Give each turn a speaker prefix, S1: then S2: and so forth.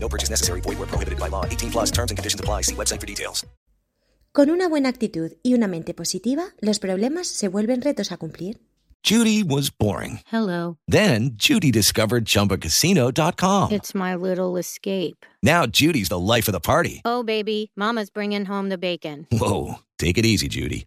S1: No purchase necessary. Void where prohibited by law. 18 plus terms and conditions apply. See website for details.
S2: Con una buena actitud y una mente positiva, los problemas se vuelven retos a cumplir.
S1: Judy was boring.
S3: Hello.
S1: Then Judy discovered ChumbaCasino.com.
S3: It's my little escape.
S1: Now Judy's the life of the party.
S3: Oh, baby, Mama's bringing home the bacon.
S1: Whoa, take it easy, Judy.